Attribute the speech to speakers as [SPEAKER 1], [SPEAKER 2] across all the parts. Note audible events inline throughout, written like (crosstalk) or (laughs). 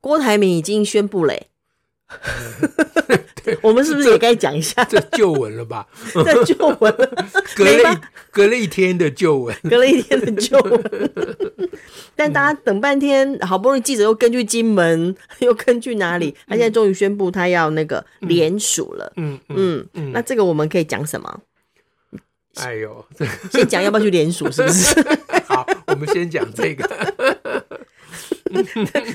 [SPEAKER 1] 郭台铭已经宣布嘞、
[SPEAKER 2] 对，
[SPEAKER 1] 我们是不是也该讲一
[SPEAKER 2] (laughs)
[SPEAKER 1] 下？
[SPEAKER 2] 这旧闻
[SPEAKER 1] (laughs)
[SPEAKER 2] 了吧？
[SPEAKER 1] 这旧闻了，
[SPEAKER 2] 隔
[SPEAKER 1] 没
[SPEAKER 2] 了
[SPEAKER 1] 办
[SPEAKER 2] 一隔了一天的旧闻。
[SPEAKER 1] (laughs) 隔了一天的旧闻，但大家等半天，好不容易记者又根据金门， (laughs) 又根据哪里，他现在终于宣布他要那个联署了。
[SPEAKER 2] 嗯嗯，
[SPEAKER 1] 嗯，那这个我们可以讲什么？
[SPEAKER 2] 哎呦， (laughs) 这
[SPEAKER 1] 先讲要不要去联署，是不是？ (laughs)
[SPEAKER 2] 好，我们先讲这个。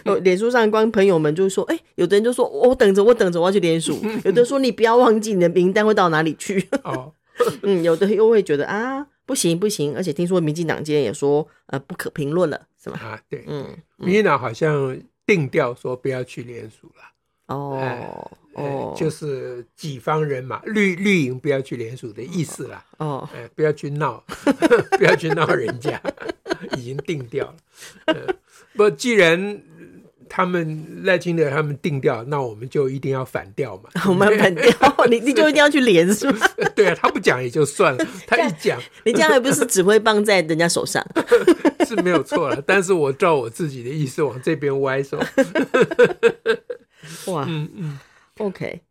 [SPEAKER 1] 有脸书上光朋友们就说，哎、有的人就说我等着，我等着，我要去联署；有的人说你不要忘记你的名单会到哪里去。 (laughs)
[SPEAKER 2] 哦，
[SPEAKER 1] 嗯，有的又会觉得啊，不行不行，而且听说民进党今天也说，呃，不可评论了，是吗？
[SPEAKER 2] 啊，对，
[SPEAKER 1] 嗯，
[SPEAKER 2] 民进党好像定调说不要去联署了。
[SPEAKER 1] 哦
[SPEAKER 2] 呃
[SPEAKER 1] 哦，
[SPEAKER 2] 就是己方人马，绿绿营不要去联署的意思啦，
[SPEAKER 1] 哦，
[SPEAKER 2] 呃，不要去闹， (laughs) 不要去闹人家， (laughs) 已经定掉了。呃，不，既然他们赖清德他们定掉，那我们就一定要反调嘛。 (laughs)
[SPEAKER 1] (laughs) 我们反掉，你你就一定要去连是吗？
[SPEAKER 2] 对啊，他不讲也就算了，他一讲
[SPEAKER 1] 你这样还不是指挥棒在人家手
[SPEAKER 2] (laughs)
[SPEAKER 1] 上？
[SPEAKER 2] 是没有错了。但是我照我自己的意思往这边歪手，
[SPEAKER 1] 哇
[SPEAKER 2] 嗯嗯，
[SPEAKER 1] ，OK，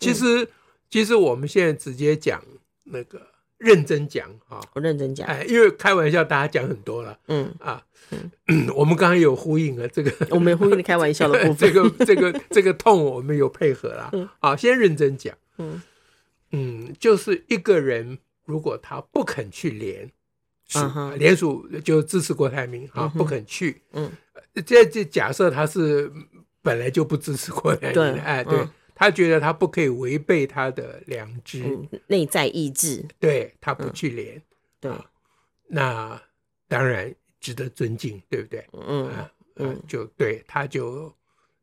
[SPEAKER 2] 其实其实我们现在直接讲那个认真讲啊、
[SPEAKER 1] 我认真讲，
[SPEAKER 2] 哎，因为开玩笑，大家讲很多了。
[SPEAKER 1] 嗯，
[SPEAKER 2] 啊， (clears throat) 我们刚刚有呼应了这个
[SPEAKER 1] 我们呼应开玩笑的部
[SPEAKER 2] 这 (laughs)
[SPEAKER 1] 分，
[SPEAKER 2] 个这个这个痛，我们有配合啦
[SPEAKER 1] 嗯。
[SPEAKER 2] 好，先认真讲，
[SPEAKER 1] 嗯
[SPEAKER 2] 嗯，就是一个人如果他不肯去联署
[SPEAKER 1] 嗯，哼
[SPEAKER 2] 联署就支持郭台铭啊，
[SPEAKER 1] 嗯哼
[SPEAKER 2] 不肯去，
[SPEAKER 1] 嗯
[SPEAKER 2] 呃这这假设他是本来就不支持郭台铭
[SPEAKER 1] 对
[SPEAKER 2] 的，哎，对
[SPEAKER 1] 嗯。
[SPEAKER 2] 他觉得他不可以违背他的良知，
[SPEAKER 1] 嗯，内在意志，
[SPEAKER 2] 对他不去联，
[SPEAKER 1] 对，
[SPEAKER 2] 那当然值得尊敬，对不对？
[SPEAKER 1] 嗯
[SPEAKER 2] 啊，
[SPEAKER 1] 嗯
[SPEAKER 2] 嗯，就对，他就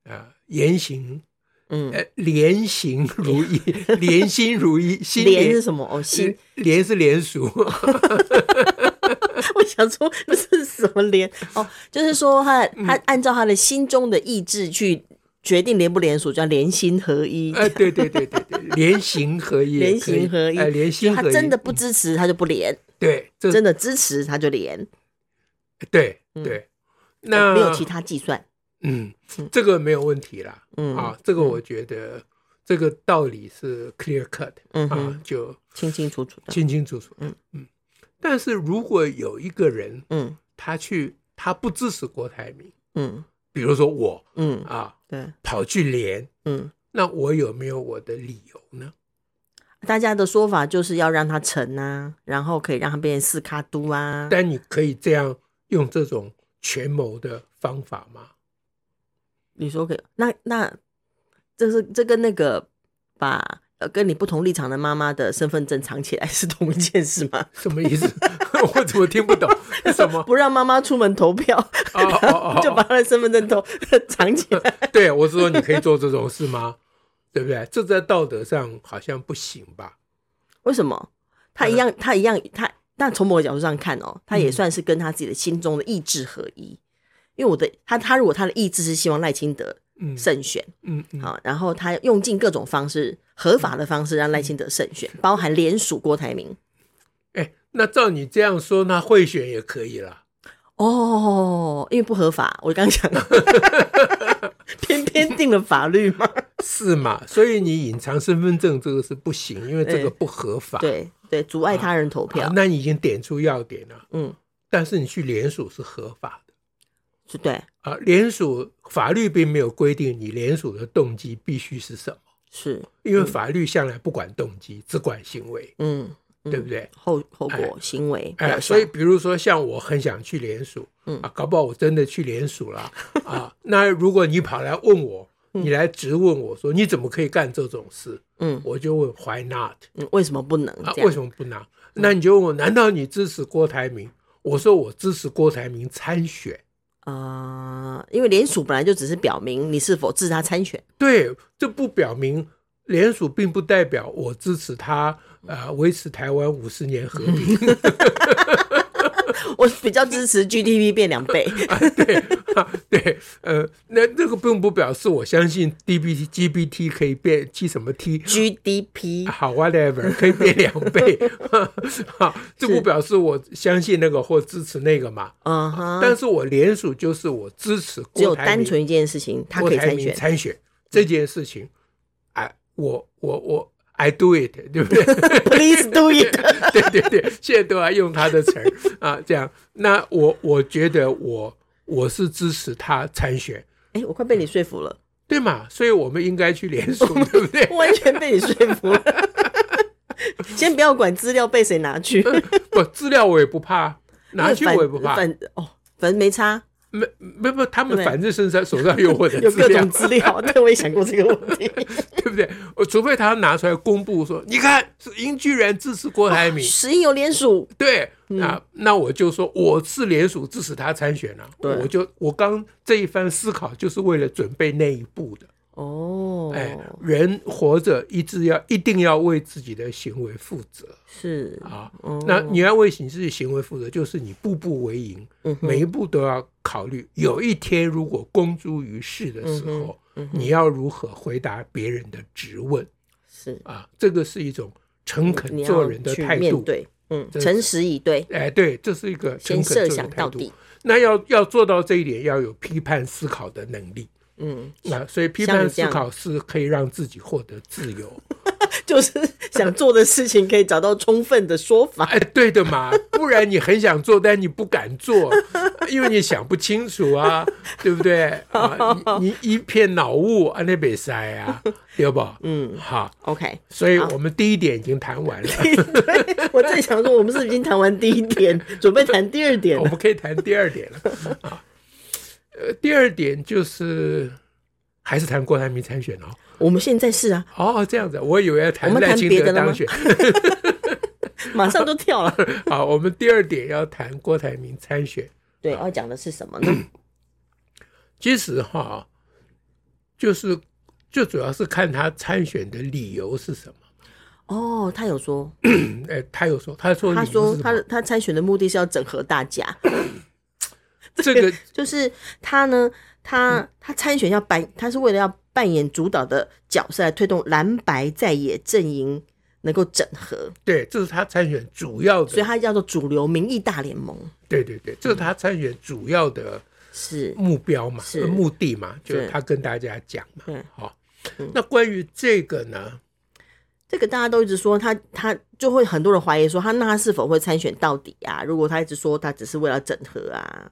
[SPEAKER 2] 呃言行
[SPEAKER 1] 嗯，
[SPEAKER 2] 呃言行如一，连心如一，心
[SPEAKER 1] 连嗯是什么？哦，心， (laughs)
[SPEAKER 2] 连是连属，
[SPEAKER 1] 我想说不是什么连
[SPEAKER 2] 嗯
[SPEAKER 1] 哦，就是说他他按照他的心中的意志去决定连不连署，叫连心合一，
[SPEAKER 2] 哎，对对对对对，连行合一也
[SPEAKER 1] 连
[SPEAKER 2] 可以，
[SPEAKER 1] 心合一
[SPEAKER 2] 哎，连
[SPEAKER 1] 就
[SPEAKER 2] 心
[SPEAKER 1] 他
[SPEAKER 2] 合一，嗯
[SPEAKER 1] 真的不支持他就不连，
[SPEAKER 2] 对，这
[SPEAKER 1] 真的支持他就连，
[SPEAKER 2] 对
[SPEAKER 1] 嗯
[SPEAKER 2] 对，那
[SPEAKER 1] 没有其，他计算，
[SPEAKER 2] 嗯
[SPEAKER 1] 嗯，
[SPEAKER 2] 这个没有问题啦，
[SPEAKER 1] 嗯
[SPEAKER 2] 啊，这个我觉得这个道理是 clear cut
[SPEAKER 1] 嗯
[SPEAKER 2] 啊
[SPEAKER 1] 哼，，
[SPEAKER 2] 就
[SPEAKER 1] 清清楚楚的，
[SPEAKER 2] 清清楚楚，
[SPEAKER 1] 嗯
[SPEAKER 2] 嗯嗯，但是如果有一个人
[SPEAKER 1] 嗯
[SPEAKER 2] 他去他不支持郭台铭。
[SPEAKER 1] 嗯
[SPEAKER 2] 比如说我
[SPEAKER 1] 嗯，
[SPEAKER 2] 啊，
[SPEAKER 1] 对，
[SPEAKER 2] 跑去连，
[SPEAKER 1] 嗯，
[SPEAKER 2] 那我有没有我的理由呢？
[SPEAKER 1] 大家的说法就是要让他成啊，然后可以让他变成四卡都啊，
[SPEAKER 2] 但你可以这样用这种权谋的方法吗？
[SPEAKER 1] 你说可以？那那这是这跟那个把呃跟你不同立场的妈妈的身份证藏起来是同一件事吗？
[SPEAKER 2] 什么意思？ (laughs) 我怎么听不懂？什么？
[SPEAKER 1] 不让妈妈出门投票，
[SPEAKER 2] 哦哦哦
[SPEAKER 1] 就把
[SPEAKER 2] 哦
[SPEAKER 1] 她的身份证 (laughs) 投藏起
[SPEAKER 2] (laughs)
[SPEAKER 1] 来。
[SPEAKER 2] 哦，对，我是说你可以做这种事吗？对不对？这在道德上好像不行吧？
[SPEAKER 1] 为什么？她一样，她一样，她但从某个角度上看哦，她也
[SPEAKER 2] 嗯
[SPEAKER 1] 算是跟她自己的心中的意志合一。因为我的她，她如果她的意志是希望赖清德
[SPEAKER 2] 嗯
[SPEAKER 1] 胜选，
[SPEAKER 2] 嗯嗯，
[SPEAKER 1] 好，然后她用尽各种方式，合法的方式让赖清德胜选，包含联署郭台铭。
[SPEAKER 2] 哎，那照你这样说，那贿选也可以啦。
[SPEAKER 1] 哦，因为不合法，我刚讲，
[SPEAKER 2] (laughs)
[SPEAKER 1] 偏偏定了法律嘛。
[SPEAKER 2] 是嘛？所以你隐藏身份证这个是不行，因为这
[SPEAKER 1] 对
[SPEAKER 2] 个不合法。
[SPEAKER 1] 对对，阻碍他人投票，
[SPEAKER 2] 好那你已经点出要点了。
[SPEAKER 1] 嗯，
[SPEAKER 2] 但是你去联署是合法的
[SPEAKER 1] 是对，
[SPEAKER 2] 啊。联署法律并没有规定你联署的动机必须是什么，
[SPEAKER 1] 是，
[SPEAKER 2] 因为法律向来不管动机，只管行为，
[SPEAKER 1] 嗯，嗯
[SPEAKER 2] 对不对？
[SPEAKER 1] 后后果
[SPEAKER 2] 哎
[SPEAKER 1] 行为
[SPEAKER 2] 哎、
[SPEAKER 1] 表
[SPEAKER 2] 所以
[SPEAKER 1] 现，
[SPEAKER 2] 比如说像我很想去联署，
[SPEAKER 1] 嗯
[SPEAKER 2] 啊，搞不好我真的去联
[SPEAKER 1] (laughs)
[SPEAKER 2] 署了啊。那如果你跑来问我，你来质问我说你怎么可以干这种事，
[SPEAKER 1] 嗯
[SPEAKER 2] 我就问 Why not？
[SPEAKER 1] 嗯，为什么不能
[SPEAKER 2] 啊，
[SPEAKER 1] 这
[SPEAKER 2] 为
[SPEAKER 1] 样？嗯
[SPEAKER 2] 什么不拿？那你就问我，难道你支持郭台铭？我说我支持郭台铭参选。
[SPEAKER 1] 呃，因为联署本来就只是表明你是否支持他参选，
[SPEAKER 2] 对，这不表明联署并不代表我支持他呃维持台湾五十年和平。 (laughs)
[SPEAKER 1] 我比较支持 GDP 变两倍。 (laughs)
[SPEAKER 2] 对，呃，那这个并不表示我相信 DBT GBT 可以变 G 什么 T。
[SPEAKER 1] GDP
[SPEAKER 2] 好，whatever，可以变两倍， (laughs) 好，这不表示我相信那个或支持那个嘛。
[SPEAKER 1] 嗯哼，
[SPEAKER 2] 但是我联署就是我支持
[SPEAKER 1] 只有
[SPEAKER 2] 郭台
[SPEAKER 1] 单
[SPEAKER 2] 铭
[SPEAKER 1] 纯一件事情，他
[SPEAKER 2] 郭
[SPEAKER 1] 可以
[SPEAKER 2] 台
[SPEAKER 1] 参
[SPEAKER 2] 铭
[SPEAKER 1] 选。
[SPEAKER 2] 参选这件事情，哎，我我我，I do it，对不对？
[SPEAKER 1] Please do it。
[SPEAKER 2] (laughs) 对对对，现在都要用他的词儿啊，这样。那我我觉得我我是支持他参选，
[SPEAKER 1] 哎，我快被你说服了，
[SPEAKER 2] 对嘛？所以我们应该去
[SPEAKER 1] (laughs)
[SPEAKER 2] 联署，对不对？
[SPEAKER 1] 完全被你说服了。 (laughs) 先不要管资料被谁拿去，
[SPEAKER 2] 不，资料我也不
[SPEAKER 1] (laughs)
[SPEAKER 2] 怕， (laughs) 拿去
[SPEAKER 1] 因为反
[SPEAKER 2] 我也不怕，
[SPEAKER 1] 反哦，反正没差，
[SPEAKER 2] 没没不，他们
[SPEAKER 1] 对
[SPEAKER 2] 反正身上手上有我的
[SPEAKER 1] (laughs) 有
[SPEAKER 2] 资
[SPEAKER 1] 各
[SPEAKER 2] 料
[SPEAKER 1] 种，资料。 (laughs) 对，我也想过这个问题。
[SPEAKER 2] (laughs) 对不对？我除非他拿出来公布说，你看是英居然支持郭台铭，
[SPEAKER 1] 十一有联署，
[SPEAKER 2] 对，
[SPEAKER 1] 嗯
[SPEAKER 2] 那那我就说我是联署支持他参选了、啊
[SPEAKER 1] 对
[SPEAKER 2] 我就我刚这一番思考就是为了准备那一步的。
[SPEAKER 1] 哦，
[SPEAKER 2] 哎，人活着一直要一定要为自己的行为负责
[SPEAKER 1] 是，
[SPEAKER 2] 啊。
[SPEAKER 1] 哦
[SPEAKER 2] 那你要为你自己行为负责，就是你步步为营，
[SPEAKER 1] 嗯
[SPEAKER 2] 每一步都要考虑。有一天如果公诸于世的
[SPEAKER 1] 嗯
[SPEAKER 2] 时候，你要如何回答别人的质问
[SPEAKER 1] 是，
[SPEAKER 2] 啊？这个是一种诚
[SPEAKER 1] 你
[SPEAKER 2] 恳
[SPEAKER 1] 要
[SPEAKER 2] 做人的
[SPEAKER 1] 去
[SPEAKER 2] 态
[SPEAKER 1] 面
[SPEAKER 2] 度。
[SPEAKER 1] 对，嗯，
[SPEAKER 2] 这
[SPEAKER 1] 诚实以
[SPEAKER 2] (laughs)
[SPEAKER 1] 对，
[SPEAKER 2] 哎，对，这是一个
[SPEAKER 1] 先
[SPEAKER 2] 诚恳
[SPEAKER 1] 设
[SPEAKER 2] 做人
[SPEAKER 1] 想
[SPEAKER 2] 的态
[SPEAKER 1] 到
[SPEAKER 2] 度
[SPEAKER 1] 底。，
[SPEAKER 2] 那要要做到这一点，要有批判思考的能力。
[SPEAKER 1] 嗯，
[SPEAKER 2] 啊，所以批
[SPEAKER 1] 像
[SPEAKER 2] 判
[SPEAKER 1] 你这
[SPEAKER 2] 思
[SPEAKER 1] 样
[SPEAKER 2] 考是可以让自己获得自由。
[SPEAKER 1] 就是想做的事情可以找到充分的说法。
[SPEAKER 2] (laughs) 哎，对的嘛，不然你很想做，但你不敢做，因为你想不清楚啊，对不对？啊，你你一片脑雾，啊，那被塞啊，对不？嗯，好，
[SPEAKER 1] OK， (laughs)
[SPEAKER 2] 所以我们第一点已经谈完了，
[SPEAKER 1] 对我在想说，我们是不是已经谈完第一点，准备谈第二点
[SPEAKER 2] 我
[SPEAKER 1] 了？
[SPEAKER 2] 们可以谈第二点了啊。呃，第二点就是还是谈郭台铭参选哦。
[SPEAKER 1] 我们现在是啊，
[SPEAKER 2] 哦，这样子，我以为要谈
[SPEAKER 1] 我们
[SPEAKER 2] 赖
[SPEAKER 1] 谈
[SPEAKER 2] 清
[SPEAKER 1] 别
[SPEAKER 2] 德
[SPEAKER 1] 的了
[SPEAKER 2] 当
[SPEAKER 1] 吗
[SPEAKER 2] 选。
[SPEAKER 1] 马上就跳了。
[SPEAKER 2] 好，我们第二点要谈郭台铭参选。
[SPEAKER 1] 对，要讲的是什么
[SPEAKER 2] (clears throat)
[SPEAKER 1] 呢？
[SPEAKER 2] 其实哈，就是就主要是看他参选的理由是什么。
[SPEAKER 1] 哦，他有说，
[SPEAKER 2] 嗯哎，他有说，他说
[SPEAKER 1] 他
[SPEAKER 2] 理由
[SPEAKER 1] 说
[SPEAKER 2] 是什
[SPEAKER 1] 他
[SPEAKER 2] 么？
[SPEAKER 1] 他参选的目的是要整合大
[SPEAKER 2] (laughs)
[SPEAKER 1] 家，
[SPEAKER 2] 这个
[SPEAKER 1] 就是他呢，
[SPEAKER 2] 嗯
[SPEAKER 1] 他他参选要扮，他是为了要扮演主导的角色，来推动蓝白在野阵营能够整合，
[SPEAKER 2] 对，这是他参选主要
[SPEAKER 1] 所以
[SPEAKER 2] 的，
[SPEAKER 1] 他叫做主流民意大联盟。
[SPEAKER 2] 对对对，这是他参选主要的
[SPEAKER 1] 是，
[SPEAKER 2] 目标嘛，
[SPEAKER 1] 是
[SPEAKER 2] 呃目的嘛，就是
[SPEAKER 1] 对
[SPEAKER 2] 他跟大家讲嘛
[SPEAKER 1] 对。嗯
[SPEAKER 2] 好，那关于这个呢，
[SPEAKER 1] 这个大家都一直说他，他就会很多人怀疑说他那他是否会参选到底啊？如果他一直说他只是为了整合啊，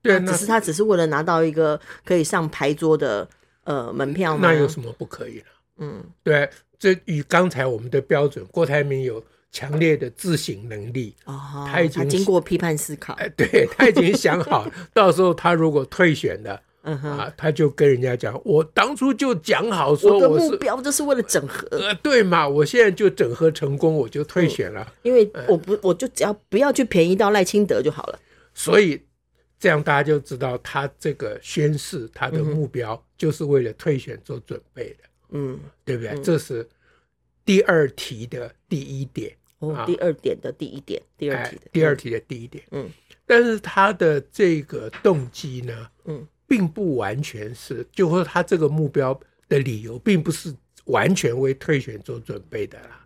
[SPEAKER 2] 对，
[SPEAKER 1] 那
[SPEAKER 2] 那
[SPEAKER 1] 只是他只是为了拿到一个可以上牌桌的呃门票吗？
[SPEAKER 2] 那有什么不可以呢？
[SPEAKER 1] 嗯，
[SPEAKER 2] 对，这与刚才我们的标准，郭台铭有强烈的自省能力，
[SPEAKER 1] 哦，
[SPEAKER 2] 他已经
[SPEAKER 1] 经过批判思考，
[SPEAKER 2] 哎，对他已经想
[SPEAKER 1] (laughs)
[SPEAKER 2] 好了，到时候他如果退选了。
[SPEAKER 1] 嗯哼，
[SPEAKER 2] 啊，他就跟人家讲，我当初就讲好说
[SPEAKER 1] 我的
[SPEAKER 2] 我
[SPEAKER 1] 目
[SPEAKER 2] 是
[SPEAKER 1] 标就是为了整合，
[SPEAKER 2] 呃对嘛，我现在就整合成功，我就退选了，
[SPEAKER 1] 因为我不我就只要不要去便宜到赖清德就好了。
[SPEAKER 2] 所以这样大家就知道他这个宣誓他的目标就是为了退选做准备的，
[SPEAKER 1] 嗯，
[SPEAKER 2] 对不对？这是第二题的第一点，
[SPEAKER 1] 哦
[SPEAKER 2] 啊，
[SPEAKER 1] 第二点的第一点，第二
[SPEAKER 2] 哎
[SPEAKER 1] 题的，
[SPEAKER 2] 第二题的第一点，
[SPEAKER 1] 嗯，
[SPEAKER 2] 但是他的这个动机呢，
[SPEAKER 1] 嗯，
[SPEAKER 2] 并不完全是，就说他这个目标的理由并不是完全为退选做准备的啦。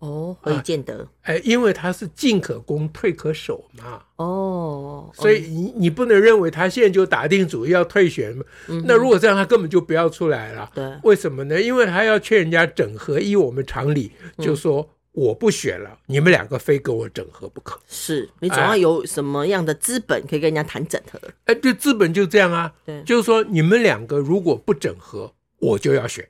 [SPEAKER 1] 哦，何以见得？
[SPEAKER 2] 哎，因为他是进可攻，退可守嘛，
[SPEAKER 1] 哦，
[SPEAKER 2] 所以你你不能认为他现在就打定主意要退选嘛。那如果这样，他根本就不要出来了。
[SPEAKER 1] 对
[SPEAKER 2] 为什么呢？因为他要劝人家整合，依我们常理，就说我不选了，你们两个非跟我整合不可。
[SPEAKER 1] 是你总要有什么样的资本可以跟人家谈整合？
[SPEAKER 2] 哎，对，资本就这样啊，
[SPEAKER 1] 对
[SPEAKER 2] 就是说你们两个如果不整合，我就要选，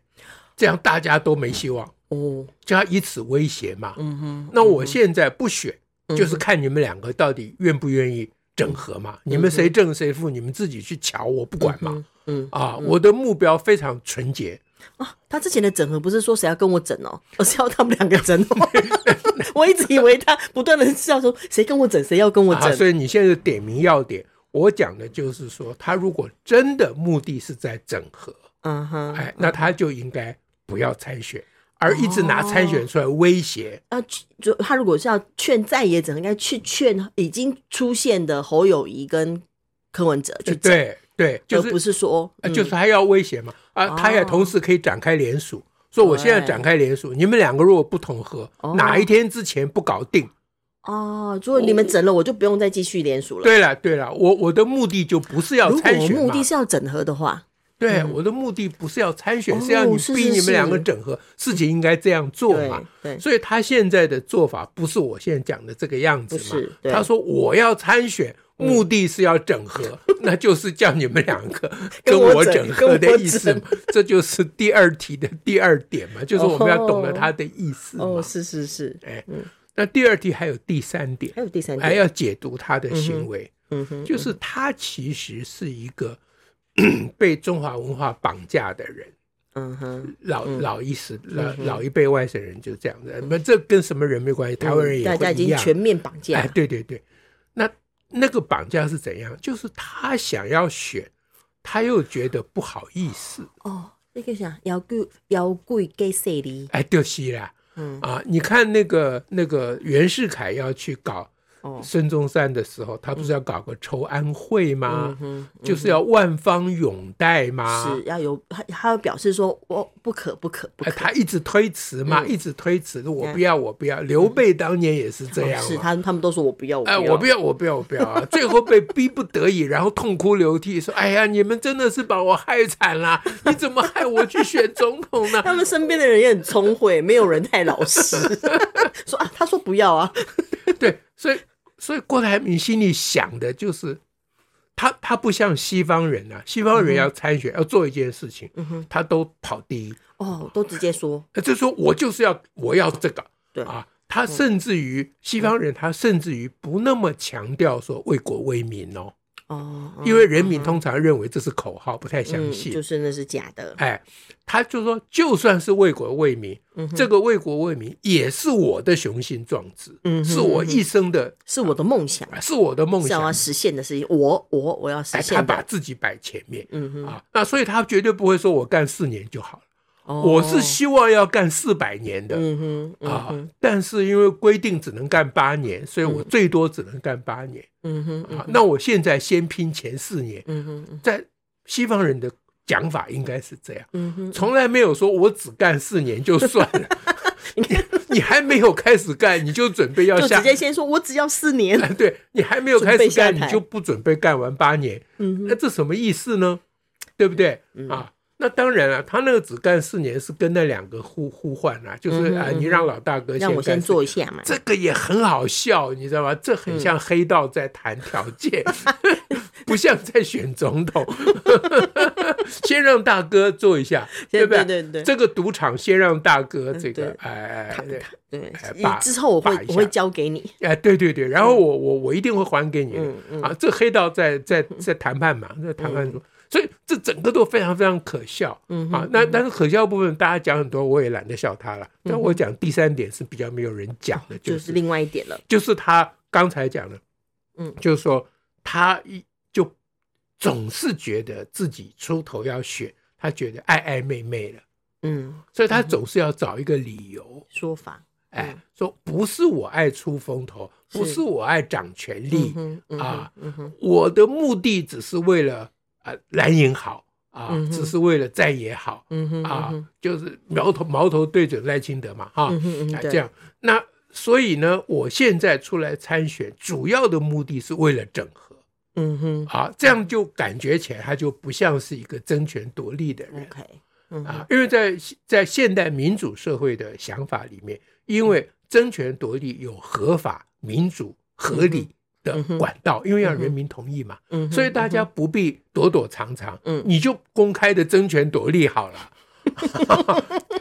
[SPEAKER 2] 这样大家都没希望，
[SPEAKER 1] 哦，
[SPEAKER 2] 就要以此威胁嘛。
[SPEAKER 1] 嗯哼，
[SPEAKER 2] 那我现在不选，
[SPEAKER 1] 嗯
[SPEAKER 2] 就是看你们两个到底愿不愿意整合嘛。你们谁正谁负，你们自己去瞧，我不管嘛。
[SPEAKER 1] 嗯，啊
[SPEAKER 2] 啊，我的目标非常纯洁，
[SPEAKER 1] 他之前的整合不是说谁要跟我整哦，而是要他们两个整哦。 (laughs) 我一直以为他不断的是要说谁跟我整，谁要跟我
[SPEAKER 2] 啊，
[SPEAKER 1] 整。
[SPEAKER 2] 所以你现在点名要点，我讲的就是说，他如果真的目的是在整合，
[SPEAKER 1] 嗯哦哼，
[SPEAKER 2] 哎，那他就应该不要参选，而一直拿参选出来威胁。
[SPEAKER 1] 要去就他如果是要劝在野者，应该去劝已经出现的侯友谊跟柯文哲去
[SPEAKER 2] 呃
[SPEAKER 1] 整，
[SPEAKER 2] 对对，就
[SPEAKER 1] 而
[SPEAKER 2] 是
[SPEAKER 1] 不是说嗯
[SPEAKER 2] 啊，就是是他要威胁嘛，啊，他
[SPEAKER 1] 哦
[SPEAKER 2] 也同时可以展开联署，说我现在展开联署，你们两个如果不统合
[SPEAKER 1] 哦，
[SPEAKER 2] 哪一天之前不搞定？
[SPEAKER 1] 哦，如果你们整了，我就不用再继续联署了。
[SPEAKER 2] 对了对了，我我的目的就不是要
[SPEAKER 1] 如果
[SPEAKER 2] 参
[SPEAKER 1] 我
[SPEAKER 2] 选
[SPEAKER 1] 目
[SPEAKER 2] 嘛
[SPEAKER 1] 的，是要整合的话，
[SPEAKER 2] 对，我的目的不是要参选，
[SPEAKER 1] 哦
[SPEAKER 2] 是要你
[SPEAKER 1] 是
[SPEAKER 2] 逼
[SPEAKER 1] 是
[SPEAKER 2] 你们
[SPEAKER 1] 是
[SPEAKER 2] 两个整合，事情应该这样做
[SPEAKER 1] 对
[SPEAKER 2] 嘛。
[SPEAKER 1] 对，
[SPEAKER 2] 所以他现在的做法不是我现在讲的这个样子
[SPEAKER 1] 不是
[SPEAKER 2] 嘛？
[SPEAKER 1] 对
[SPEAKER 2] 他说我要参选，目的是要整合，那就是叫你们两个跟
[SPEAKER 1] 我
[SPEAKER 2] 我
[SPEAKER 1] 整嗯
[SPEAKER 2] 整
[SPEAKER 1] (laughs) 跟
[SPEAKER 2] 合的
[SPEAKER 1] 我
[SPEAKER 2] 意
[SPEAKER 1] 整
[SPEAKER 2] 思嘛。这就是第二题的第二点嘛，就是我们要懂得他的意思
[SPEAKER 1] 哦，嗯
[SPEAKER 2] 嘛。
[SPEAKER 1] 是是是，
[SPEAKER 2] 哎，那第二题还有第三点，
[SPEAKER 1] 还有第三
[SPEAKER 2] 还
[SPEAKER 1] 点，
[SPEAKER 2] 要解读他的行为。
[SPEAKER 1] 嗯哼，
[SPEAKER 2] 就是他其实是一个 (clears throat) 被中华文化绑架的人，
[SPEAKER 1] 嗯哼，
[SPEAKER 2] 老老一时老老一辈外省人就这样子，那这跟什么人没关系，台湾人也
[SPEAKER 1] 嗯大家
[SPEAKER 2] 会
[SPEAKER 1] 已
[SPEAKER 2] 一
[SPEAKER 1] 经
[SPEAKER 2] 样。
[SPEAKER 1] 全面绑架
[SPEAKER 2] 哎，，对对对，那那个绑架是怎样？就是他想要选，他又觉得不好意思，
[SPEAKER 1] 哦，那个啥，要贵要贵给谁哩？
[SPEAKER 2] 哎，就是啦。
[SPEAKER 1] 嗯
[SPEAKER 2] 啊，你看那个那个袁世凯要去搞
[SPEAKER 1] 哦，
[SPEAKER 2] 孙中山的时候，他不是要搞个筹安会吗？
[SPEAKER 1] 嗯
[SPEAKER 2] 就是要万方拥戴吗？
[SPEAKER 1] 哼，是要有他，他要表示说我不可不可不
[SPEAKER 2] 啊哎，
[SPEAKER 1] 可，
[SPEAKER 2] 他一直推辞嘛，一直推辞，我
[SPEAKER 1] 嗯
[SPEAKER 2] 不要，我不要。刘备当年也是这样
[SPEAKER 1] 哦
[SPEAKER 2] 啊
[SPEAKER 1] 是
[SPEAKER 2] 嘛，
[SPEAKER 1] 他他们都说我不要，我
[SPEAKER 2] 哎，我不
[SPEAKER 1] 要，
[SPEAKER 2] 要，我不要，我不要啊！最后被逼不得已，然后痛哭流涕，说：“哎呀，你们真的是把我害惨了！你怎么害我去选总统呢 (laughs)
[SPEAKER 1] 他们身边的人也很聪慧，没有人太老实，说啊，他说不要啊，？”
[SPEAKER 2] 对，所以所以郭台铭心里想的就是，他他不像西方人啊，西
[SPEAKER 1] 嗯
[SPEAKER 2] 方人要参选、要做一件事情，他都跑第一，
[SPEAKER 1] 哦，都直接说，
[SPEAKER 2] 呃就说我就是要我要这个，
[SPEAKER 1] 对嗯
[SPEAKER 2] 啊，他甚至于西方人，他甚至于不那么强调说为国为民哦，
[SPEAKER 1] 哦，嗯
[SPEAKER 2] 因为人民通常认为这是口号，不太相
[SPEAKER 1] 嗯，
[SPEAKER 2] 信
[SPEAKER 1] 就。是那是假的，
[SPEAKER 2] 哎，他就说，就算是为国为民，
[SPEAKER 1] 嗯
[SPEAKER 2] 这个为国为民也是我的雄心壮志，
[SPEAKER 1] 嗯哼
[SPEAKER 2] 是我一生的，
[SPEAKER 1] 是我的梦想，
[SPEAKER 2] 是我的梦
[SPEAKER 1] 是我要
[SPEAKER 2] 想。
[SPEAKER 1] 实现的事情，我我我要实
[SPEAKER 2] 哎，他
[SPEAKER 1] 现
[SPEAKER 2] 把
[SPEAKER 1] 的，
[SPEAKER 2] 自己摆前面
[SPEAKER 1] 嗯哼，
[SPEAKER 2] 啊，那所以他绝对不会说我干四年就好了，
[SPEAKER 1] 哦
[SPEAKER 2] 我是希望要干四百年的。
[SPEAKER 1] 嗯哼，嗯
[SPEAKER 2] 啊，但是因为规定只能干八年，所以我最多只能干八年、
[SPEAKER 1] 嗯哼，嗯
[SPEAKER 2] 啊。那我现在先拼前四年，
[SPEAKER 1] 嗯哼，嗯
[SPEAKER 2] 在西方人的讲法应该是这样，
[SPEAKER 1] 嗯哼，
[SPEAKER 2] 从来没有说我只干四年就算
[SPEAKER 1] (laughs)
[SPEAKER 2] 了。你你还没有开始干，你就准备要
[SPEAKER 1] 就
[SPEAKER 2] 下哎
[SPEAKER 1] 直接先说，我只要四年，
[SPEAKER 2] 对你还没有开
[SPEAKER 1] 准备
[SPEAKER 2] 始
[SPEAKER 1] 下
[SPEAKER 2] 干，
[SPEAKER 1] 台
[SPEAKER 2] 你就不准备干完八年，
[SPEAKER 1] 嗯
[SPEAKER 2] 那这什么意思呢？对不对啊？那当然了、他那个只干四年是跟那两个互互换啊，
[SPEAKER 1] 嗯
[SPEAKER 2] 就是啊，你让老大哥
[SPEAKER 1] 让我
[SPEAKER 2] 干
[SPEAKER 1] 先
[SPEAKER 2] 四
[SPEAKER 1] 做一下嘛，
[SPEAKER 2] 这个也很好笑，你知道吗？这很像黑道在谈条件，
[SPEAKER 1] 嗯
[SPEAKER 2] (laughs) 不像在选总统。 (laughs) 先让大哥做一下，
[SPEAKER 1] 对
[SPEAKER 2] 对不
[SPEAKER 1] 对对对嗯
[SPEAKER 2] 这个赌场先让大哥这
[SPEAKER 1] 对
[SPEAKER 2] 个，哎哎对
[SPEAKER 1] 对
[SPEAKER 2] 哎，
[SPEAKER 1] 你
[SPEAKER 2] 把
[SPEAKER 1] 之后我会
[SPEAKER 2] 把一下
[SPEAKER 1] 我会交给你，
[SPEAKER 2] 哎，对对对，然后我我我一定会还给你的
[SPEAKER 1] 嗯嗯
[SPEAKER 2] 啊！这黑道在在在谈判嘛，在谈判中，所以这整个都非常非常可笑
[SPEAKER 1] 嗯
[SPEAKER 2] 啊。那但是可笑部分大家讲很多，我也懒得笑他了。但我讲第三点是比较没有人讲
[SPEAKER 1] (laughs)
[SPEAKER 2] 的，
[SPEAKER 1] 就
[SPEAKER 2] 就是
[SPEAKER 1] 是另外一点了，
[SPEAKER 2] 就是他刚才讲的，
[SPEAKER 1] 嗯
[SPEAKER 2] 就是说他一就总是觉得自己出头要选，他觉得爱爱妹妹了，
[SPEAKER 1] 嗯，
[SPEAKER 2] 所以他总是要找一个理由，
[SPEAKER 1] 说法，
[SPEAKER 2] 哎，
[SPEAKER 1] 嗯
[SPEAKER 2] 说不是我爱出风头，不是我爱掌权
[SPEAKER 1] 嗯
[SPEAKER 2] 力，
[SPEAKER 1] 哼，嗯哼
[SPEAKER 2] 啊，
[SPEAKER 1] 嗯哼，
[SPEAKER 2] 我的目的只是为了啊、呃蓝营好啊，
[SPEAKER 1] 嗯哼
[SPEAKER 2] 只是为了在野好。
[SPEAKER 1] 嗯哼，
[SPEAKER 2] 啊
[SPEAKER 1] 嗯哼，
[SPEAKER 2] 就是矛头矛头对准赖清德嘛，哈、
[SPEAKER 1] 嗯哼嗯哼
[SPEAKER 2] 啊
[SPEAKER 1] 对
[SPEAKER 2] 这样。那所以呢，我现在出来参选，主要的目的是为了整合
[SPEAKER 1] 嗯哼
[SPEAKER 2] 啊，这样就感觉起来他就不像是一个争权夺利的人
[SPEAKER 1] ，OK，嗯哼
[SPEAKER 2] 啊，因为在在现代民主社会的想法里面，因为
[SPEAKER 1] 嗯
[SPEAKER 2] 争权夺利有合法、民主、合理的管道，因为要人民同意嘛，
[SPEAKER 1] 嗯哼，
[SPEAKER 2] 所以大家不必躲躲藏藏，
[SPEAKER 1] 嗯
[SPEAKER 2] 你就公开的争权夺利好
[SPEAKER 1] (laughs)
[SPEAKER 2] 了。 (laughs)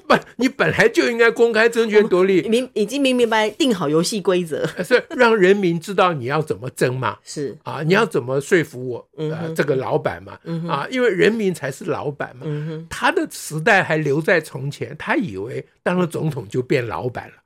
[SPEAKER 2] 不，你本来就应该公开争权夺利，
[SPEAKER 1] 明已经明明白定好游戏规则，
[SPEAKER 2] 呃是让人民知道你要怎么争嘛。
[SPEAKER 1] 是，
[SPEAKER 2] 啊，你要怎么说服我
[SPEAKER 1] 嗯
[SPEAKER 2] 呃
[SPEAKER 1] 哼
[SPEAKER 2] 这个老板嘛？
[SPEAKER 1] 嗯哼
[SPEAKER 2] 啊，因为人民才是老板嘛。
[SPEAKER 1] 嗯哼，
[SPEAKER 2] 他的时代还留在从前，他以为当了总统就变老板了。
[SPEAKER 1] 哦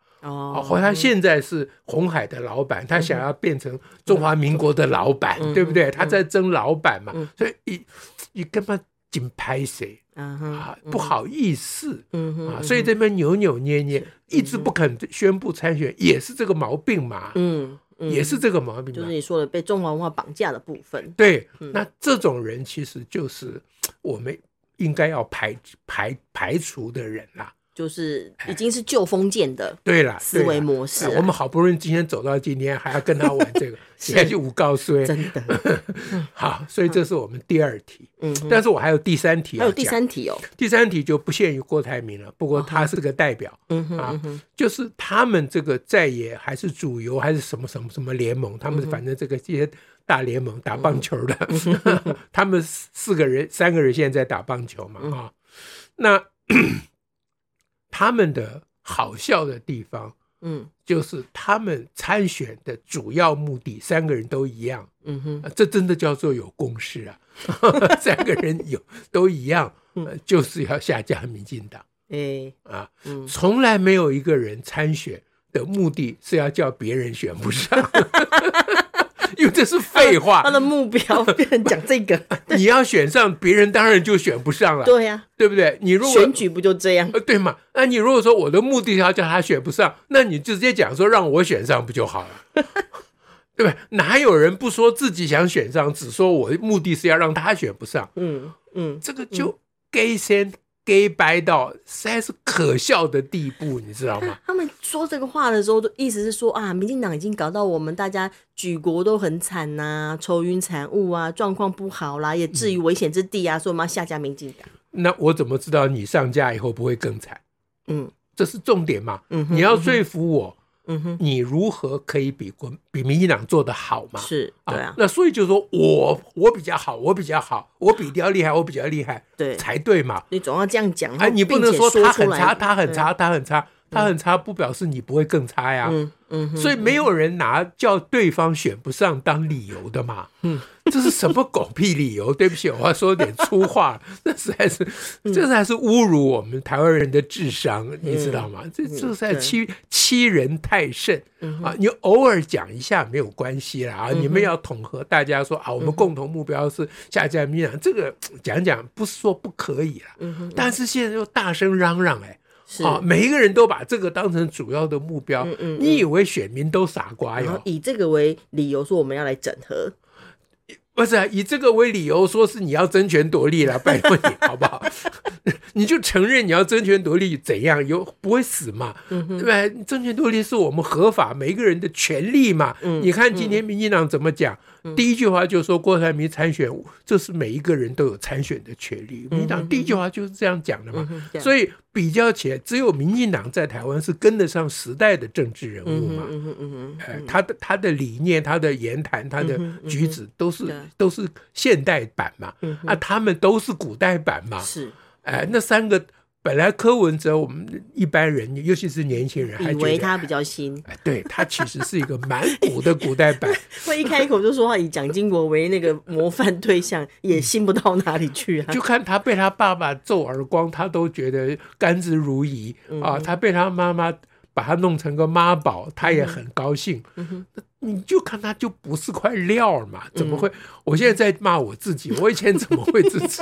[SPEAKER 2] 哦，或他现在是红海的老板，他想要变成中华民国的老板，
[SPEAKER 1] 嗯
[SPEAKER 2] 对不对？他在争老板嘛，所以一一根本紧拍谁
[SPEAKER 1] 嗯哼，
[SPEAKER 2] 啊，不好意思
[SPEAKER 1] 嗯哼，
[SPEAKER 2] 啊，所以这边扭扭捏捏，一直不肯宣布参选，也是这个毛病嘛，
[SPEAKER 1] 嗯嗯，
[SPEAKER 2] 也是这个毛病
[SPEAKER 1] 就是嗯
[SPEAKER 2] 嘛。
[SPEAKER 1] 你说的被中华文化绑架的部分。
[SPEAKER 2] 对，那这种人其实就是我们应该要排排排除的人啦。
[SPEAKER 1] 就是已经是旧封建的
[SPEAKER 2] 对啦，
[SPEAKER 1] 思
[SPEAKER 2] 对
[SPEAKER 1] 维
[SPEAKER 2] 啦
[SPEAKER 1] 模式
[SPEAKER 2] 哎
[SPEAKER 1] 啊
[SPEAKER 2] 我们好不容易今天走到今天，还要跟他
[SPEAKER 1] (laughs)
[SPEAKER 2] 玩这个，你还去诬告谁？
[SPEAKER 1] 真
[SPEAKER 2] (laughs)
[SPEAKER 1] 的，嗯
[SPEAKER 2] 好，所以这是我们第二题。
[SPEAKER 1] 嗯哼，
[SPEAKER 2] 但是我还有第三题
[SPEAKER 1] 还
[SPEAKER 2] 要
[SPEAKER 1] 有
[SPEAKER 2] 讲，
[SPEAKER 1] 第三哦题哦，
[SPEAKER 2] 第三题就不限于郭台铭了，不过他是个代表，
[SPEAKER 1] 嗯哼，
[SPEAKER 2] 啊
[SPEAKER 1] 嗯哼，
[SPEAKER 2] 就是他们这个在野还是主流还是什么什么什么联盟，他
[SPEAKER 1] 嗯
[SPEAKER 2] 们反正这个这些大联盟打棒球的， (laughs) 他们四四个人三个人现在在打棒球
[SPEAKER 1] 嗯
[SPEAKER 2] 嘛啊，那 (clears throat) 他们的好笑的地方
[SPEAKER 1] 嗯
[SPEAKER 2] 就是他们参选的主要目的，三个人都一样，
[SPEAKER 1] 嗯哼，
[SPEAKER 2] 啊这真的叫做有共识啊！ (laughs) 三个人有都一样，呃就是要下架民进党
[SPEAKER 1] 哎，
[SPEAKER 2] 啊！
[SPEAKER 1] 嗯
[SPEAKER 2] 从来没有一个人参选的目的是要叫别人选不上， (laughs) 因为这是
[SPEAKER 1] (laughs) 他
[SPEAKER 2] 废话。
[SPEAKER 1] 的目标变成讲这个，
[SPEAKER 2] 你要选上，别人当然就选不上了，
[SPEAKER 1] 对呀，
[SPEAKER 2] (laughs) 对不对？你如果
[SPEAKER 1] 选举不就这样？
[SPEAKER 2] 呃对嘛？那你如果说我的目的是要叫他选不上，那你就直接讲说让我选上不就好了？ (laughs) 对吧？哪有人不说自己想选上，只说我的目的是要让他选不上？
[SPEAKER 1] 嗯嗯，
[SPEAKER 2] 这个就 gay 先 gay 掰到实在是可笑的地步，你知道吗？
[SPEAKER 1] 他们说这个话的时候，都意思是说啊，民进党已经搞到我们大家举国都很惨呐、愁云惨雾啊，状况不好啦，也置于危险之地啊，所以我们要下架民进党。
[SPEAKER 2] 那我怎么知道你上架以后不会更惨？
[SPEAKER 1] 嗯
[SPEAKER 2] 这是重点嘛？
[SPEAKER 1] 嗯哼，
[SPEAKER 2] 你要说服我，
[SPEAKER 1] 嗯哼，
[SPEAKER 2] 你如何可以比国比民进党做得好嘛？
[SPEAKER 1] 是对啊，
[SPEAKER 2] 那所以就说我我比较好，我比较好，我比较厉害，我比较厉害
[SPEAKER 1] 对，
[SPEAKER 2] 才对嘛？
[SPEAKER 1] 你总要这样讲，
[SPEAKER 2] 哎，你不能
[SPEAKER 1] 并且
[SPEAKER 2] 说
[SPEAKER 1] 说
[SPEAKER 2] 他
[SPEAKER 1] 出
[SPEAKER 2] 很
[SPEAKER 1] 来
[SPEAKER 2] 差，他很，差，他很差，他很差，不表示你不会更差呀。
[SPEAKER 1] 嗯嗯哼，
[SPEAKER 2] 所以没有人拿叫对方选不上当理由的嘛。嗯，这是什么狗屁理由？对不起，我要说点粗话，那实在是，
[SPEAKER 1] 嗯
[SPEAKER 2] 这才是侮辱我们台湾人的智商，你知道吗？这这才
[SPEAKER 1] 嗯对嗯
[SPEAKER 2] 欺欺人太甚啊！你偶尔讲一下没有关系啦啊！你们要统合大家说啊，
[SPEAKER 1] 嗯
[SPEAKER 2] 我们共同目标是下架民进党，这个讲讲不是说不可以啦，
[SPEAKER 1] 嗯哼，
[SPEAKER 2] 但是现在又大声嚷嚷哎、
[SPEAKER 1] 是，
[SPEAKER 2] 啊，每一个人都把这个当成主要的目标。
[SPEAKER 1] 嗯嗯
[SPEAKER 2] 你以为选民都傻瓜
[SPEAKER 1] 然后
[SPEAKER 2] 哟？
[SPEAKER 1] 以这个为理由说我们要来整合，
[SPEAKER 2] 不是、啊、以这个为理由说是你要争权夺
[SPEAKER 1] (laughs)
[SPEAKER 2] 利了，拜托你好不 (laughs) 好？你就承认你要争权夺利，怎样有不会死嘛？
[SPEAKER 1] 嗯
[SPEAKER 2] 对吧？争权夺利是我们合法每一个人的权利嘛。
[SPEAKER 1] 嗯
[SPEAKER 2] 你看今天民进党怎么讲？第一句话就说郭台铭参选，这是每一个人都有参选的权利。民进党第一句话就是这样讲的嘛。
[SPEAKER 1] 嗯哼，以
[SPEAKER 2] 所以比较起来，只有民进党在台湾是跟得上时代的政治人物
[SPEAKER 1] 嗯
[SPEAKER 2] 嘛
[SPEAKER 1] 哼。嗯哼嗯哼，
[SPEAKER 2] 呃，他的他的理念、他的言谈、他的
[SPEAKER 1] 嗯哼
[SPEAKER 2] 举止都是
[SPEAKER 1] 对
[SPEAKER 2] 都是现代版嘛
[SPEAKER 1] 嗯，
[SPEAKER 2] 啊，他们都是古代版嘛。
[SPEAKER 1] 是
[SPEAKER 2] 哎，那三个本来柯文哲，我们一般人，尤其是年轻人，还
[SPEAKER 1] 以
[SPEAKER 2] 觉
[SPEAKER 1] 为
[SPEAKER 2] 得
[SPEAKER 1] 他比较新， (laughs)
[SPEAKER 2] 哎对他其实是一个蛮古的古代版。
[SPEAKER 1] 会一开口就说要以蒋经国为那个模范对象，
[SPEAKER 2] 嗯
[SPEAKER 1] 也信不到哪里去啊。
[SPEAKER 2] 就看他被他爸爸揍耳光，他都觉得甘之如饴
[SPEAKER 1] 嗯
[SPEAKER 2] 啊。他被他妈妈把他弄成个妈宝，他
[SPEAKER 1] 嗯
[SPEAKER 2] 也很高兴。那你就看他就不是块料嘛？
[SPEAKER 1] 嗯
[SPEAKER 2] 怎么会？我现在在骂我自己，我以前怎么会支持？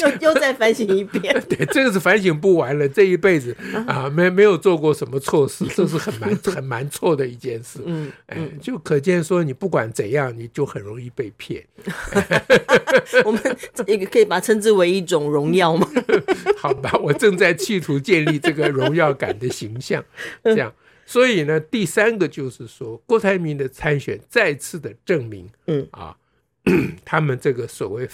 [SPEAKER 1] 又又再反省一遍。
[SPEAKER 2] (laughs) 对，这个是反省不完了，这一辈子
[SPEAKER 1] 嗯
[SPEAKER 2] 啊，没没有做过什么错事，这是很蛮很蛮错的一件事。
[SPEAKER 1] 嗯，
[SPEAKER 2] 哎，就可见说，你不管怎样，你就很容易被骗。
[SPEAKER 1] 我们这个可以把它称之为一种荣耀吗？
[SPEAKER 2] (laughs) 好吧，我正在企图建立这个荣耀感的形象，
[SPEAKER 1] 嗯
[SPEAKER 2] 这样。所以呢，第三个就是说，郭台铭的参选再次的证明，
[SPEAKER 1] 嗯
[SPEAKER 2] 啊， (clears throat) 他们这个所谓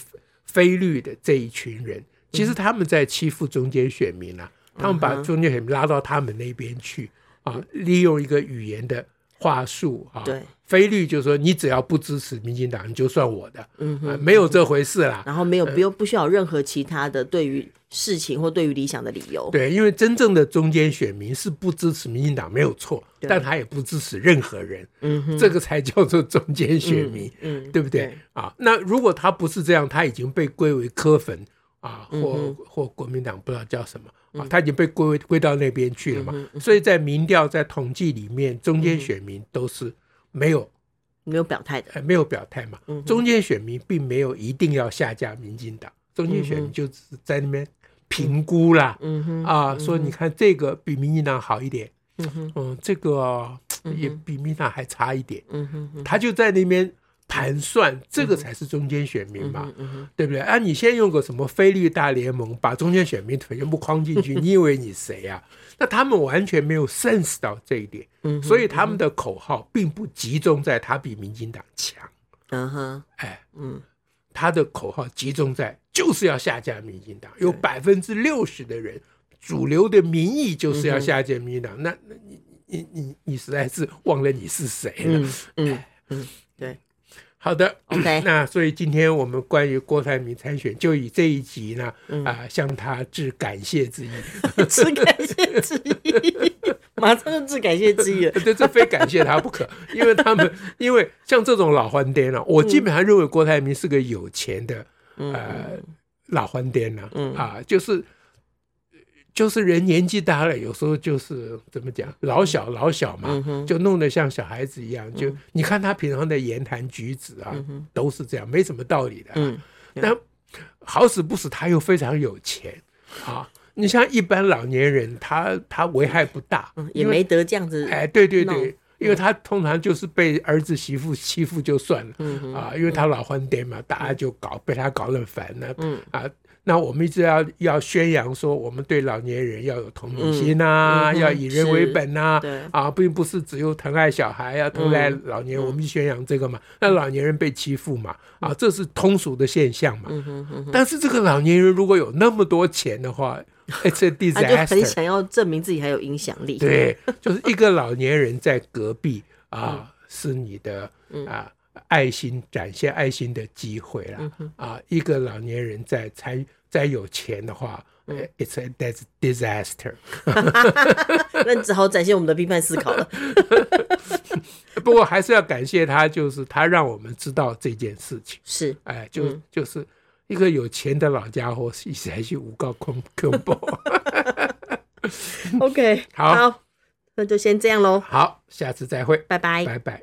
[SPEAKER 2] 非绿的这一群人，其实他们在欺负中间选民啊，
[SPEAKER 1] 嗯
[SPEAKER 2] 他们把中间选民拉到他们那边去啊，利用一个语言的话术啊，
[SPEAKER 1] 对，
[SPEAKER 2] 非绿就是说你只要不支持民进党，你就算我的，
[SPEAKER 1] 嗯哼
[SPEAKER 2] 啊，没有这回事啦，
[SPEAKER 1] 然后没有不用不需要有任何其他的对于事情或对于理想的理由。
[SPEAKER 2] 对，因为真正的中间选民是不支持民进党没有错，
[SPEAKER 1] 对
[SPEAKER 2] 但他也不支持任何人，
[SPEAKER 1] 嗯哼，
[SPEAKER 2] 这个才叫做中间选民，
[SPEAKER 1] 嗯，
[SPEAKER 2] 对不对
[SPEAKER 1] 对
[SPEAKER 2] 啊？那如果他不是这样，他已经被归为科粉啊，
[SPEAKER 1] 嗯
[SPEAKER 2] 或
[SPEAKER 1] 哼嗯
[SPEAKER 2] 或国民党不知道叫什么啊，他已经被归归到那边去了嘛
[SPEAKER 1] 嗯哼。嗯
[SPEAKER 2] 所以在民调在统计里面，中间选民都是没有
[SPEAKER 1] 没有表态的，
[SPEAKER 2] 呃没有表态嘛
[SPEAKER 1] 嗯哼，
[SPEAKER 2] 中间选民并没有一定要下架民进党，中间
[SPEAKER 1] 嗯
[SPEAKER 2] 选民
[SPEAKER 1] 哼
[SPEAKER 2] 就只是在那边评估啦。
[SPEAKER 1] 嗯哼，
[SPEAKER 2] 啊，说你看这个比民进党好一点，
[SPEAKER 1] 嗯哼，
[SPEAKER 2] 嗯，这个哦
[SPEAKER 1] 嗯哼
[SPEAKER 2] 也比民进党还差一点，
[SPEAKER 1] 嗯哼，嗯哼
[SPEAKER 2] 他就在那边盘算，这个才是中间选民嘛，
[SPEAKER 1] 嗯哼，
[SPEAKER 2] 对不对？啊，你先用个什么菲律大联盟把中间选民全部框进
[SPEAKER 1] 嗯
[SPEAKER 2] 去，你以为你谁啊？那他们完全没有 sense 到这一点，
[SPEAKER 1] 嗯哼
[SPEAKER 2] 所以他们的口号并不集中在他比民进党强，
[SPEAKER 1] 嗯哼，
[SPEAKER 2] 哎，
[SPEAKER 1] 嗯
[SPEAKER 2] 他的口号集中在就是要下架民进党，有百分之六十的人主流的民意就是
[SPEAKER 1] 嗯
[SPEAKER 2] 要下架民进党，那那你你你你实在是忘了你是谁了。
[SPEAKER 1] 嗯
[SPEAKER 2] (laughs) 哎
[SPEAKER 1] 哎嗯嗯，对，
[SPEAKER 2] 好的
[SPEAKER 1] OK
[SPEAKER 2] 那所以今天我们关于郭台铭参选，就以这一集呢，啊、
[SPEAKER 1] 嗯
[SPEAKER 2] 向他致感谢之意。
[SPEAKER 1] 致感谢之意，马上就致感谢之意了。
[SPEAKER 2] 对，呃这 (laughs) 非感谢他不可，因为他们，因为像这种老欢颠呢、
[SPEAKER 1] 嗯
[SPEAKER 2] 我基本上认为郭台铭是个有钱的、呃老欢颠呢、啊，
[SPEAKER 1] 嗯
[SPEAKER 2] 就是就是人年纪大了，有时候就是怎么讲，老小老小嘛，
[SPEAKER 1] 嗯哼
[SPEAKER 2] 就弄得像小孩子一样，就、你看他平常的言谈举止啊，
[SPEAKER 1] 嗯哼
[SPEAKER 2] 都是这样，没什么道理的、啊。
[SPEAKER 1] 嗯
[SPEAKER 2] 但好死不死，他又非常有钱啊。你像一般老年人，他他危害不大，
[SPEAKER 1] 嗯，也
[SPEAKER 2] 因为
[SPEAKER 1] 没得这样子，
[SPEAKER 2] 哎，对对
[SPEAKER 1] 闹嗯
[SPEAKER 2] 对，因为他通常就是被儿子媳妇欺负就算了、
[SPEAKER 1] 嗯哼
[SPEAKER 2] 啊，因为他老欢颠嘛，大家就搞被他搞得很烦了、
[SPEAKER 1] 嗯
[SPEAKER 2] 啊。那我们一直要要宣扬说，我们对老年人要有同理心呐、
[SPEAKER 1] 嗯嗯哼
[SPEAKER 2] 要以人为
[SPEAKER 1] 是
[SPEAKER 2] 本呐、
[SPEAKER 1] 对嗯
[SPEAKER 2] 啊，并不是只有疼爱小孩啊，疼爱老年人，我们宣扬这个嘛。那老年人被欺负嘛，啊，这是通俗的现象嘛。
[SPEAKER 1] 嗯哼嗯哼，
[SPEAKER 2] 但是这个老年人如果有那么多钱
[SPEAKER 1] (laughs)
[SPEAKER 2] 的话，it's
[SPEAKER 1] 他
[SPEAKER 2] a
[SPEAKER 1] 就
[SPEAKER 2] disaster，
[SPEAKER 1] 很想要证明自己还有影响力，，
[SPEAKER 2] 对，就是一个老年人在隔壁啊，是你的啊爱心展现爱心的机会啦。啊，一个老年人在参再有钱的话。呃 It's a dis- disaster。 (laughs)
[SPEAKER 1] 那只好展现我们的批判思考了。
[SPEAKER 2] 不过还是要感谢他，就是他让我们知道这件事情。
[SPEAKER 1] 是，
[SPEAKER 2] 哎，就、就是一个有钱的老家伙，是还是诬告恐恐怖。
[SPEAKER 1] OK，
[SPEAKER 2] 好
[SPEAKER 1] 那就先这样喽，
[SPEAKER 2] 好，下次再会，
[SPEAKER 1] 拜拜。
[SPEAKER 2] 拜拜。